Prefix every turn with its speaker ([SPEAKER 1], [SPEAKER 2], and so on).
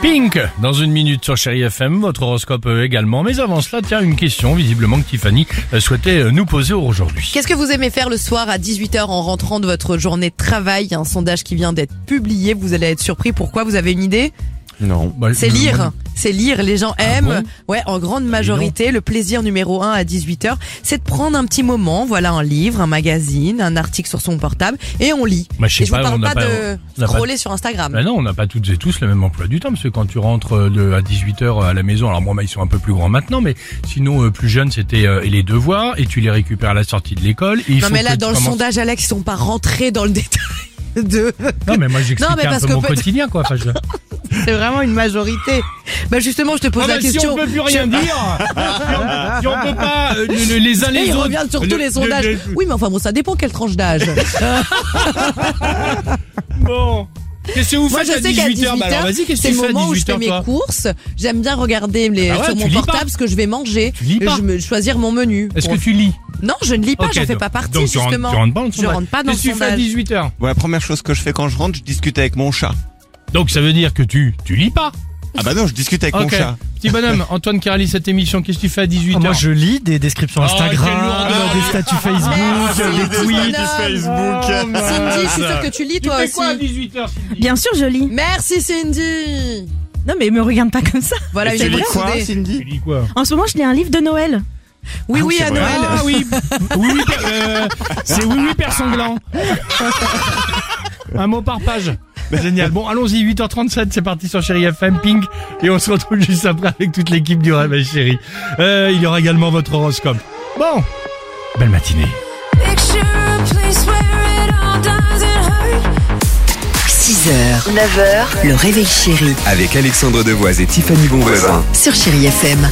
[SPEAKER 1] Pink dans une minute sur Chéri FM, votre horoscope euh, également. Mais avant cela, tiens, une question visiblement que Tiffany euh, souhaitait euh, nous poser aujourd'hui.
[SPEAKER 2] Qu'est-ce que vous aimez faire le soir à 18h en rentrant de votre journée de travail Il y a un sondage qui vient d'être publié, vous allez être surpris. Pourquoi Vous avez une idée
[SPEAKER 1] Non, Ah
[SPEAKER 2] C'est lire. C'est lire, les gens aiment. ouais, en grande majorité, le plaisir numéro un à 18h, c'est de prendre un petit moment, voilà un livre, un magazine, un article sur son portable, et on lit.
[SPEAKER 1] Bah, je sais
[SPEAKER 2] et je vous
[SPEAKER 1] pas, on
[SPEAKER 2] parle
[SPEAKER 1] n'a
[SPEAKER 2] pas,
[SPEAKER 1] pas-
[SPEAKER 2] de
[SPEAKER 1] on n'a pas-
[SPEAKER 2] scroller sur Instagram.
[SPEAKER 1] Ben non, on n'a pas toutes et tous le même emploi du temps, parce que quand tu rentres euh, de, à 18h à la maison, alors moi, bah, ils sont un peu plus grands maintenant, mais sinon, euh, plus jeunes, c'était euh, les devoirs, et tu les récupères à la sortie de l'école. et il
[SPEAKER 2] non
[SPEAKER 1] faut
[SPEAKER 2] mais là,
[SPEAKER 1] que
[SPEAKER 2] dans
[SPEAKER 1] tu
[SPEAKER 2] le
[SPEAKER 1] commences-
[SPEAKER 2] sondage, Alex, ils sont pas rentrés dans le détail de...
[SPEAKER 1] Non, mais moi,
[SPEAKER 2] Non, mais
[SPEAKER 1] j'expliquais un
[SPEAKER 2] parce
[SPEAKER 1] peu
[SPEAKER 2] que
[SPEAKER 1] mon
[SPEAKER 2] peut-
[SPEAKER 1] quotidien, quoi. Enfin, je...
[SPEAKER 2] C'est vraiment une majorité. Bah justement, je te pose
[SPEAKER 1] Ah
[SPEAKER 2] la
[SPEAKER 1] bah,
[SPEAKER 2] question.
[SPEAKER 1] Si on peut plus rien dire, si on, si on peut pas euh, le- le- les uns
[SPEAKER 2] Et
[SPEAKER 1] les
[SPEAKER 2] il
[SPEAKER 1] autres.
[SPEAKER 2] revient sur tous
[SPEAKER 1] Ah, le-
[SPEAKER 2] les
[SPEAKER 1] le-
[SPEAKER 2] sondages.
[SPEAKER 1] le-
[SPEAKER 2] Oui, mais enfin bon, ça dépend quelle tranche d'âge.
[SPEAKER 1] Bon. Qu'est-ce que vous
[SPEAKER 2] Moi,
[SPEAKER 1] faites
[SPEAKER 2] je sais qu'à
[SPEAKER 1] 18 heures Bah, alors,
[SPEAKER 2] 18h,
[SPEAKER 1] vas-y, qu'est-ce que
[SPEAKER 2] c'est
[SPEAKER 1] tu
[SPEAKER 2] le
[SPEAKER 1] fais à
[SPEAKER 2] moment où je
[SPEAKER 1] 18
[SPEAKER 2] fais
[SPEAKER 1] heures,
[SPEAKER 2] mes
[SPEAKER 1] toi
[SPEAKER 2] courses. J'aime bien regarder les-
[SPEAKER 1] Ah ouais,
[SPEAKER 2] sur
[SPEAKER 1] tu
[SPEAKER 2] mon
[SPEAKER 1] lis pas.
[SPEAKER 2] portable ce que je vais manger.
[SPEAKER 1] Tu lis
[SPEAKER 2] Et
[SPEAKER 1] pas.
[SPEAKER 2] je me choisir mon menu.
[SPEAKER 1] Est-ce
[SPEAKER 2] Bon.
[SPEAKER 1] que tu lis
[SPEAKER 2] Non, je ne lis pas,
[SPEAKER 1] Ok,
[SPEAKER 2] j'en fais
[SPEAKER 1] donc-
[SPEAKER 2] pas partie
[SPEAKER 1] donc tu rentres-
[SPEAKER 2] justement.
[SPEAKER 1] tu rentres pas dans le
[SPEAKER 2] je
[SPEAKER 1] sondage.
[SPEAKER 2] rentre pas dans le
[SPEAKER 1] Qu'est-ce que tu fais à
[SPEAKER 2] sondage.
[SPEAKER 1] 18 heures
[SPEAKER 3] Bon, la première chose que je fais quand je rentre, je discute avec mon chat.
[SPEAKER 1] Donc ça veut dire que tu tu lis pas.
[SPEAKER 3] Ah bah non, je discute avec mon
[SPEAKER 1] Ok.
[SPEAKER 3] chat.
[SPEAKER 1] Petit bonhomme, Antoine Carly, cette émission, qu'est-ce que tu fais à 18
[SPEAKER 4] Ah,
[SPEAKER 1] heures
[SPEAKER 4] moi, je lis des descriptions
[SPEAKER 1] Oh,
[SPEAKER 4] Instagram,
[SPEAKER 1] quelle lourdeur.
[SPEAKER 4] des statuts
[SPEAKER 2] Merci,
[SPEAKER 4] Facebook, des tweets.
[SPEAKER 2] petit bonhomme. Cindy, je suis sûre que tu lis
[SPEAKER 1] Oh, Tu
[SPEAKER 2] toi
[SPEAKER 1] fais quoi à
[SPEAKER 2] aussi.
[SPEAKER 1] 18 heures Cindy
[SPEAKER 5] Bien sûr, je lis.
[SPEAKER 2] Merci Cindy.
[SPEAKER 5] Non, mais me regarde pas comme ça.
[SPEAKER 2] Voilà
[SPEAKER 3] Et tu
[SPEAKER 2] une
[SPEAKER 3] lis
[SPEAKER 2] vraie
[SPEAKER 3] quoi,
[SPEAKER 2] soudée.
[SPEAKER 3] Cindy
[SPEAKER 1] Tu lis quoi
[SPEAKER 5] En ce moment, je lis un livre de Noël.
[SPEAKER 2] Oui, oui, à
[SPEAKER 3] vrai.
[SPEAKER 2] Noël.
[SPEAKER 1] Ah oui, oui, oui, per- euh, c'est oui, oui, père sanglant. Un mot par page. Bah, Génial. Bon, allons-y, 8h37, c'est parti sur Chéri FM Ping. Et on se retrouve juste après avec toute l'équipe du Réveil Chéri. Euh, il y aura également votre horoscope. Bon, belle matinée.
[SPEAKER 6] Picture a place where it all doesn't hurt.
[SPEAKER 7] 6h, 9h, le réveil chéri
[SPEAKER 8] Avec Alexandre Devoise et Tiffany Bonvoisin.
[SPEAKER 7] sur Chéri FM.